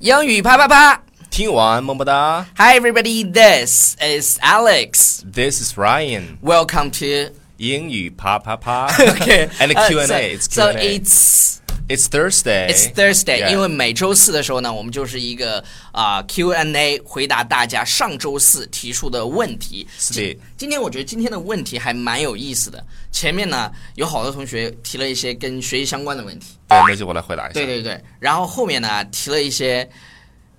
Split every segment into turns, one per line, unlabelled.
英语啪啪啪
听完么么哒
！Hi everybody, this is Alex.
，This is Ryan，
Welcome to
英语啪啪啪。
okay
And the
uh,
Q&A,
so-
it's
so
Q&A.
it's
It's Thursday.
it's Thursday，、
Yeah.
因为每周四的时候呢，我们就是一个啊、Q&A 回答大家上周四提出的问题。
是的
今今天我觉得今天的问题还蛮有意思的。前面呢有好多同学提了一些跟学习相关的问题，
对，那就我来回答一下。
对对对，然后后面呢提了一些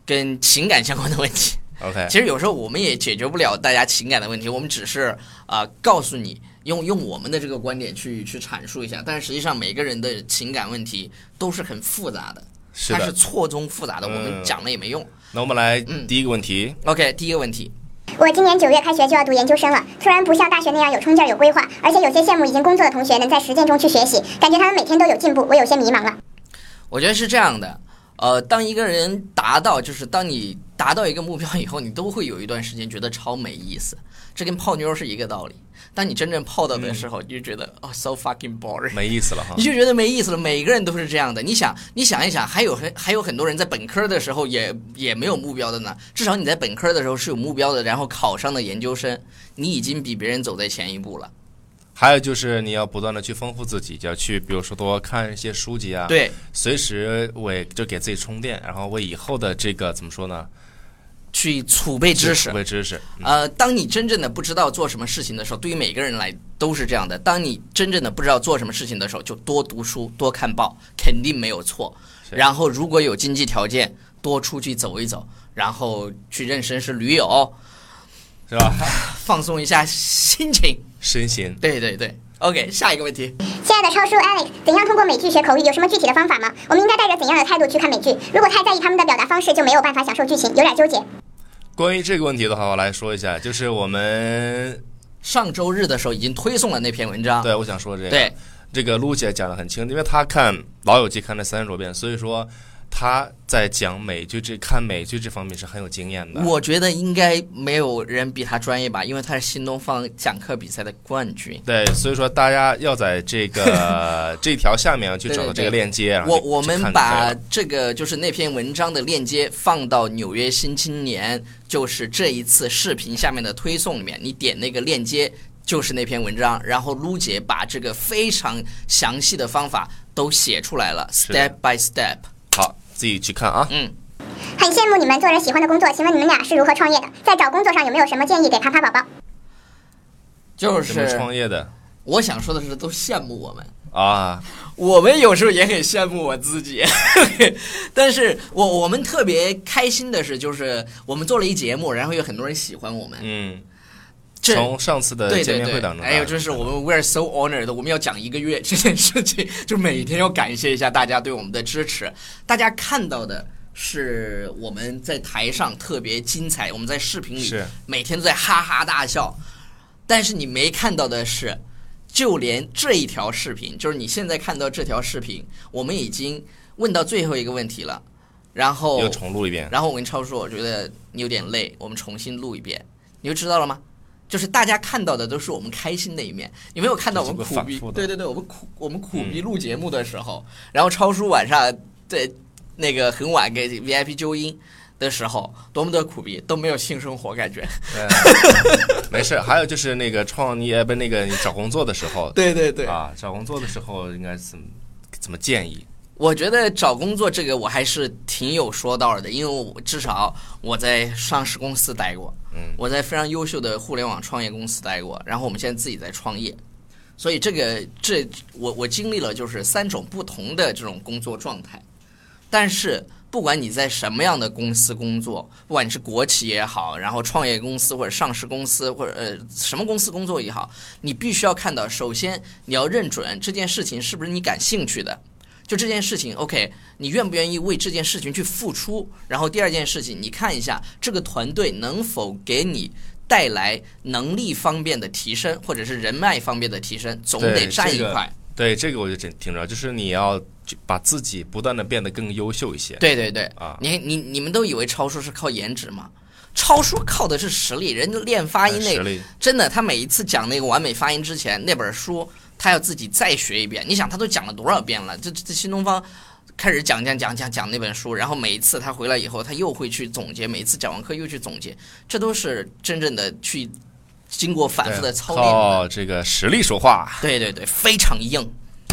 跟情感相关的问题。
OK，
其实有时候我们也解决不了大家情感的问题，我们只是啊、呃告诉你，用用我们的这个观点去去阐述一下。但是实际上每个人的情感问题都是很复杂的，
是
它
的
是嗯错综复杂的，我们讲了也没用。
那我们来第一个问题。
OK，第一个问题，
我今年九月开学就要读研究生了，突然不像大学那样有冲劲儿、有规划，而且有些羡慕已经工作的同学能在实践中去学习，感觉他们每天都有进步，我有些迷茫了。
我觉得是这样的，呃，当一个人达到，就是当你达到一个目标以后，你都会有一段时间觉得超没意思，这跟泡妞是一个道理。当你真正泡到的时
嗯
候，你就觉得哦，so fucking boring。
没意思了哈
你。就觉得没意思了。每个人都是这样的。你想，你想一想，还有很还有很多人在本科的时候也也没有目标的呢。至少你在本科的时候是有目标的，然后考上了研究生，你已经比别人走在前一步了。
还有就是你要不断的去丰富自己，就要去比如说多看一些书籍啊，，
对，
随时为就给自己充电，然后为以后的这个怎么说呢？
去储备知识。
为知识。
呃，当你真正的不知道做什么事情的时候，对于每个人来都是这样的。当你真正的不知道做什么事情的时候，就多读书、多看报，肯定没有错。
是
然后，如果有经济条件，多出去走一走，然后去认识认识驴友，
是吧？
放松一下心情。
身心。
对对对，OK，下一个问题。
亲爱的超叔 Alex，怎样通过美剧学口语？有什么具体的方法吗？我们应该带着怎样的态度去看美剧？如果太在意他们的表达方式，就没有办法享受剧情，有点纠结。
关于这个问题的话，我来说一下，就是我们
上周日的时候已经推送了那篇文章，
对我想说这个，
对
这个陆姐讲的很清，因为她看《老友记》看了三十多遍，所以说她在讲美剧这看美剧这方面是很有经验的。
我觉得应该没有人比他专业吧，因为他是新东方讲课比赛的冠军。
对，所以说大家要在 这个这条下面去找到这个链接。然后
我
去
我
去
们
看
把
就可以了
这个就是那篇文章的链接放到《纽约新青年》，就是这一次视频下面的推送里面，你点那个链接就是那篇文章，然后撸姐把这个非常详细的方法都写出来了
的
，step by step。
好自己去看啊。
嗯，
很羡慕你们做着喜欢的工作，请问你们俩是如何创业的？在找工作上有没有什么建议给啪啪宝宝？
就
有没有
是
创业的
我想说的是，都羡慕我们。
啊？
我们有时候也很羡慕我自己， 但是我我们特别开心的是，就是我们做了一节目，然后有很多人喜欢我们。
嗯，
这
从上次的
对
见
对
面会
对
当，中，啊
还有就是我们 we're so honored，我们要讲一个月这件事情，就每天要感谢一下大家对我们的支持。大家看到的是我们在台上特别精彩，我们在视频里
是
每天都在哈哈大笑，但是你没看到的是，就连这一条视频，就是你现在看到这条视频，我们已经问到最后一个问题了，然后
又重录 一遍。
然后我跟超叔说，我觉得你有点累，我们重新录一遍，你就知道了吗？就是大家看到的都是我们开心的一面，你没有看到我们
这是
苦
个反
逼
复，的嗯
对对对，我们苦我们苦逼录节目的时候，然后超叔晚上对那个很晚给 VIP 纠音的时候，多么的苦逼，都没有性生活感觉。
对没事，还有就是那个创业不是那个你找工作的时候，
对对对，
啊，找工作的时候应该怎么怎么建议？
我觉得找工作这个我还是挺有说道的，因为我至少我在上市公司待过，
嗯，
我在非常优秀的互联网创业公司待过，然后我们现在自己在创业，所以这个这我我经历了就是三种不同的这种工作状态，但是不管你在什么样的公司工作，不管你是国企也好，然后创业公司或者上市公司或者呃什么公司工作也好，你必须要看到，首先你要认准这件事情是不是你感兴趣的。就这件事情，OK，你愿不愿意为这件事情去付出？然后第二件事情，你看一下这个团队能否给你带来能力方面的提升，或者是人脉方面的提升，总
对
得占一
这个
块。
对，这个我就挺挺重要，就是你要就把自己不断的变得更优秀一些。
对对对，
啊
你你你们都以为超叔是靠颜值吗？超叔靠的是实力，人家练发音
嗯
那
实力
真的，他每一次讲那个完美发音之前，那本书他要自己再学一遍。你想，他都讲了多少遍了？这这这新东方开始讲讲讲讲讲那本书，然后每一次他回来以后，他又会去总结，每一次讲完课又去总结，这都是真正的去经过反复的操练的。
靠这个实力说话。
对对对，非常硬。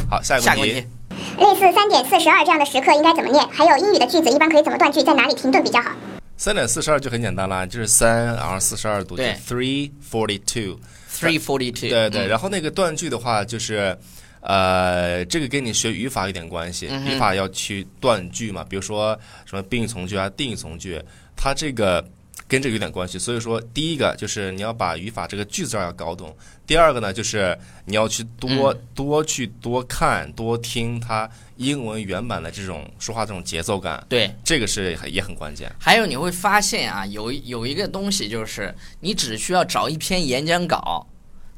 好，下一
下
个
个
问
问
题
题，
类似三点四十二这样的时刻应该怎么念？还有英语的句子一般可以怎么断句，在哪里停顿比较好？
三点四十二就很简单啦，就是三，然后四十二读就
对
three forty two。
three forty two。
对对，
嗯
然后那个断句的话，就是，呃，这个跟你学语法有点关系，语法要去断句嘛，比如说什么宾语从句啊、定语从句，它这个跟这个有点关系。所以说，第一个就是你要把语法这个句子要搞懂，第二个呢就是你要去多、多去多看、多听它英文原版的这种说话这种节奏感，
对，
这个是很也很关键。
还有你会发现啊，有有一个东西就是，你只需要找一篇演讲稿，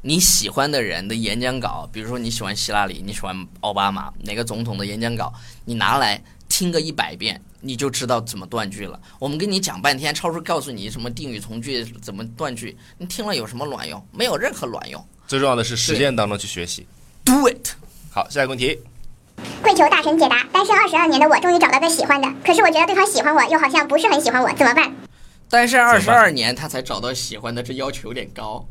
你喜欢的人的演讲稿，比如说你喜欢希拉里，你喜欢奥巴马，哪个总统的演讲稿，你拿来听个一百遍，你就知道怎么断句了。我们跟你讲半天，超叔告诉你什么定语从句怎么断句，你听了有什么卵用？没有任何卵用。
最重要的是实践当中去学习。
Do it。
好，下一个问题。
跪求大神解答。单身二十二年的我终于找到个喜欢的，可是我觉得对方喜欢我，又好像不是很喜欢我，怎么办？
单身二
办
十二年，他才找到喜欢的，这要求有点高。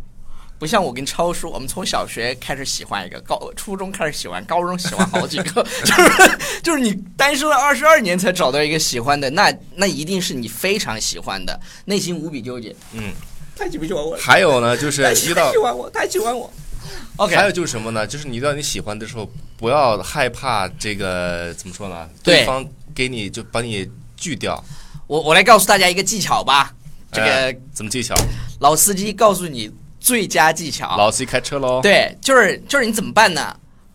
不像我跟超叔，我们从小学开始喜欢一个，高初中开始喜欢，高中喜欢好几个， 就是就是你单身了二十二年才找到一个喜欢的，那那一定是你非常喜欢的，内心无比纠结。
嗯，
他喜不喜欢我？
还有 呢，就是遇到
欢我，他喜欢我。OK，
还有就是什么呢？就是你遇到你喜欢的时候，不要害怕这个怎么说呢？
对
方给你就把你拒掉，
我我来告诉大家一个技巧吧，这
哎
个
怎么技巧？
老司机告诉你最佳技巧。
老司机开车喽。
对，就是就是你怎么办呢？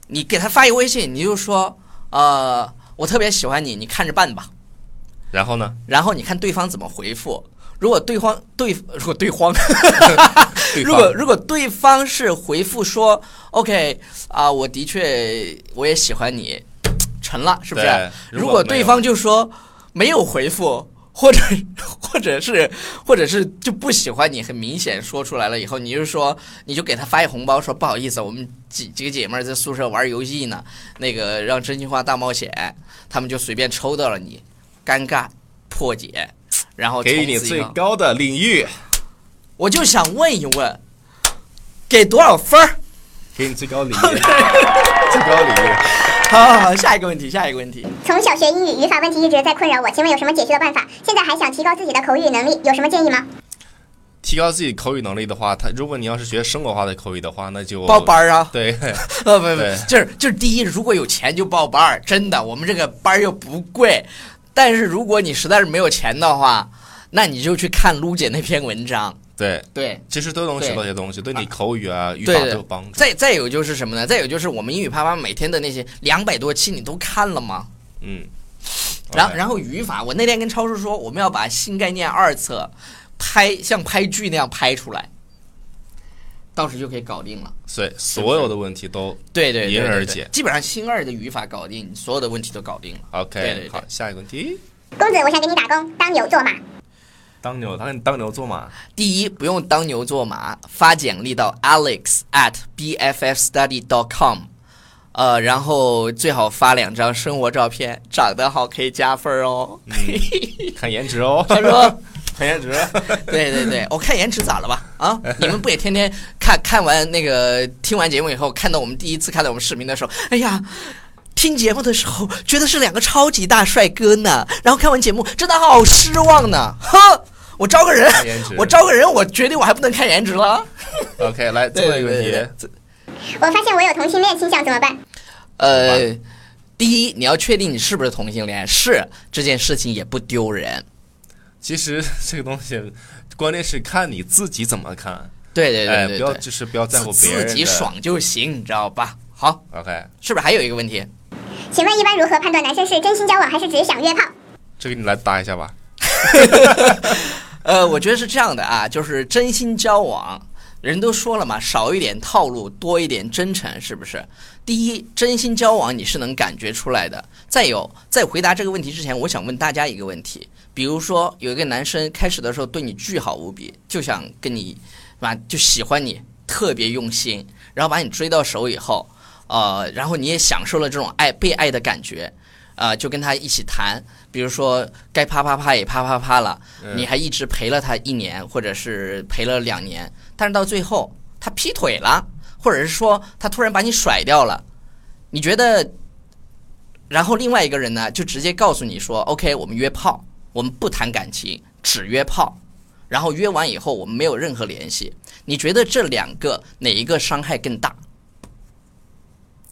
你给他发一微信，你就说，呃，我特别喜欢你，你看着办吧。
然后呢？
然后你看对方怎么回复。如果对方对如果对方，
对
如
方
果如果对方是回复说 OK 啊、我的确我也喜欢你，成了是不是
对？如
如
果
果
没有
对方就说没有回复，或者 或者是或者是就不喜欢你，很明显说出来了以后，你就说你就给他发一红包，说不好意思，我们几几个姐妹儿在宿舍玩游戏呢，那个让真心话大冒险，他们就随便抽到了你，尴尬破解，然后
给予
从
你
此以
最
后
高的领域，
我就想问一问，给多少分儿？
给你最高领 域，最高领域。
好好好，下一个问题，下一个问题。
从小学英语语法问题一直在困扰我，请问有什么解决的办法？现在还想提高自己的口语能力，有什么建议吗？
提高自己口语能力的话，他如果你要是学生活化的口语的话，那就
报班儿啊？
对，
呃，不
对
不，就是就是第一，如果有钱就报班儿，真的，我们这个班儿又不贵。但是如果你实在是没有钱的话，那你就去看撸姐那篇文章。
对，
对，
其实都能学
对
到一些东西，对你口语啊、语法
对
都
对
有帮助。
再再有就是什么呢？再有就是我们英语啪啪每天的那些两百多期，你都看了吗？
嗯，
然
OK
然后语法，我那天跟超叔说，我们要把新概念二册拍像拍剧那样拍出来，到时就可以搞定了。
所以所有的问题都
对对对
迎刃
对
而
对
解
基本上新二的语法搞定，你所有的问题都搞定了。对对
OK。
对
好，下一个问题，
公子，我想给你打工，当牛做马。
当牛，当当牛做马。
第一，不用当牛做马，发简历到 alex at bffstudy.com，呃，然后最好发两张生活照片，长得好可以加分哦。
嗯看颜值哦，
他说。
看颜值。
对对 对，我看颜值咋了吧？啊，你们不也天天看看完那个听完节目以后，看到我们第一次看到我们视频的时候，哎呀。听节目的时候，觉得是两个超级大帅哥呢，然后看完节目，真的好失望呢。 哼，我招个人
看颜值，
我招个人，我决定我还不能看颜值了。
OK，来最后一个问
对对对
题，
我发现我有同性恋倾向，怎么办？
呃，第一，你要确定你是不是同性恋，是这件事情也不丢人。
其实这个东西关键是看你自己怎么看，
对对
哎，
对对
不
对，
要就是不要在乎
自
别人的
自己。爽就行，你知道吧？好，
OK，
是不是还有一个问题？
请问一般如何判断男生是真心交往还是只是想约炮？
这个你来答一下吧。
呃，我觉得是这样的啊，就是真心交往，人都说了嘛，少一点套路，多一点真诚，是不是？第一，真心交往你是能感觉出来的。再有，在回答这个问题之前，我想问大家一个问题，比如说有一个男生开始的时候对你巨好无比，就想跟你，啊，就喜欢你，特别用心，然后把你追到手以后，呃，然后你也享受了这种爱被爱的感觉，啊、就跟他一起谈，比如说该啪啪啪也啪啪啪了，
嗯
你还一直陪了他一年，或者是陪了两年，但是到最后他劈腿了，或者是说他突然把你甩掉了，你觉得？然后另外一个人呢，就直接告诉你说：“OK，我们约炮，我们不谈感情，只约炮。然后约完以后，我们没有任何联系。你觉得这两个哪一个伤害更大？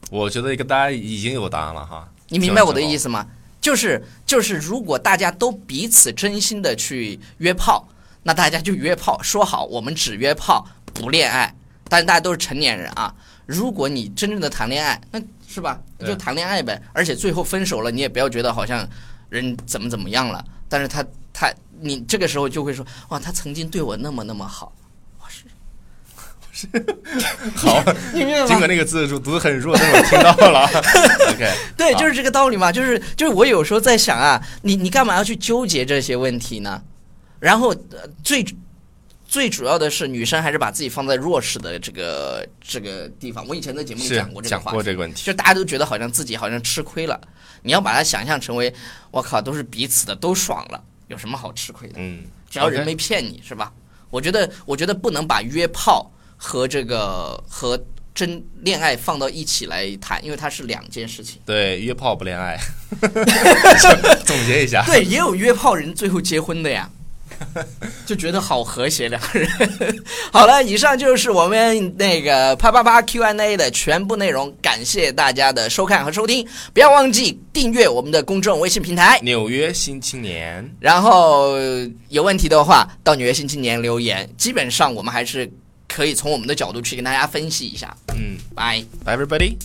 我觉得一个大家已经有答案了哈。
你明白我的
听完之后
意思吗？就是就是，如果大家都彼此真心的去约炮，那大家就约炮，说好我们只约炮不恋爱，但是大家都是成年人啊。如果你真正的谈恋爱，那是吧？那就
对
谈恋爱呗，而且最后分手了，你也不要觉得好像人怎么怎么样了，但是他他你这个时候就会说哇，他曾经对我那么那么好，
好，
你明白
尽管那个字读读得很弱，但是我听 到了。OK，
对，
好
就是这个道理嘛，就是就是我有时候在想啊，你你干嘛要去纠结这些问题呢？然后、呃、最最主要的是，女生还是把自己放在弱势的这个这个地方。我以前在节目里
是
讲过这个
讲
话
过这个问题，
就大家都觉得好像自己好像吃亏了，你要把它想象成为，我靠，都是彼此的，都爽了，有什么好吃亏的？
嗯，
只要人
OK
没骗你是吧？我觉得，我觉得不能把约炮和这个和真恋爱放到一起来谈，因为它是两件事情。
对约炮不 恋爱， 总结一下，
对，也有约炮人最后结婚的呀， 就觉得好和谐两个人。好了，以上就是我们那个啪啪啪 Q&A 的全部内容，感谢大家的收看和收听，不要忘记订阅我们的公众微信平台。
纽约新青年，
然后呃有问题的话，到纽约新青年留言，基本上我们还是可以从我们的角度去跟大家分析一下。
嗯
拜。
，Bye everybody。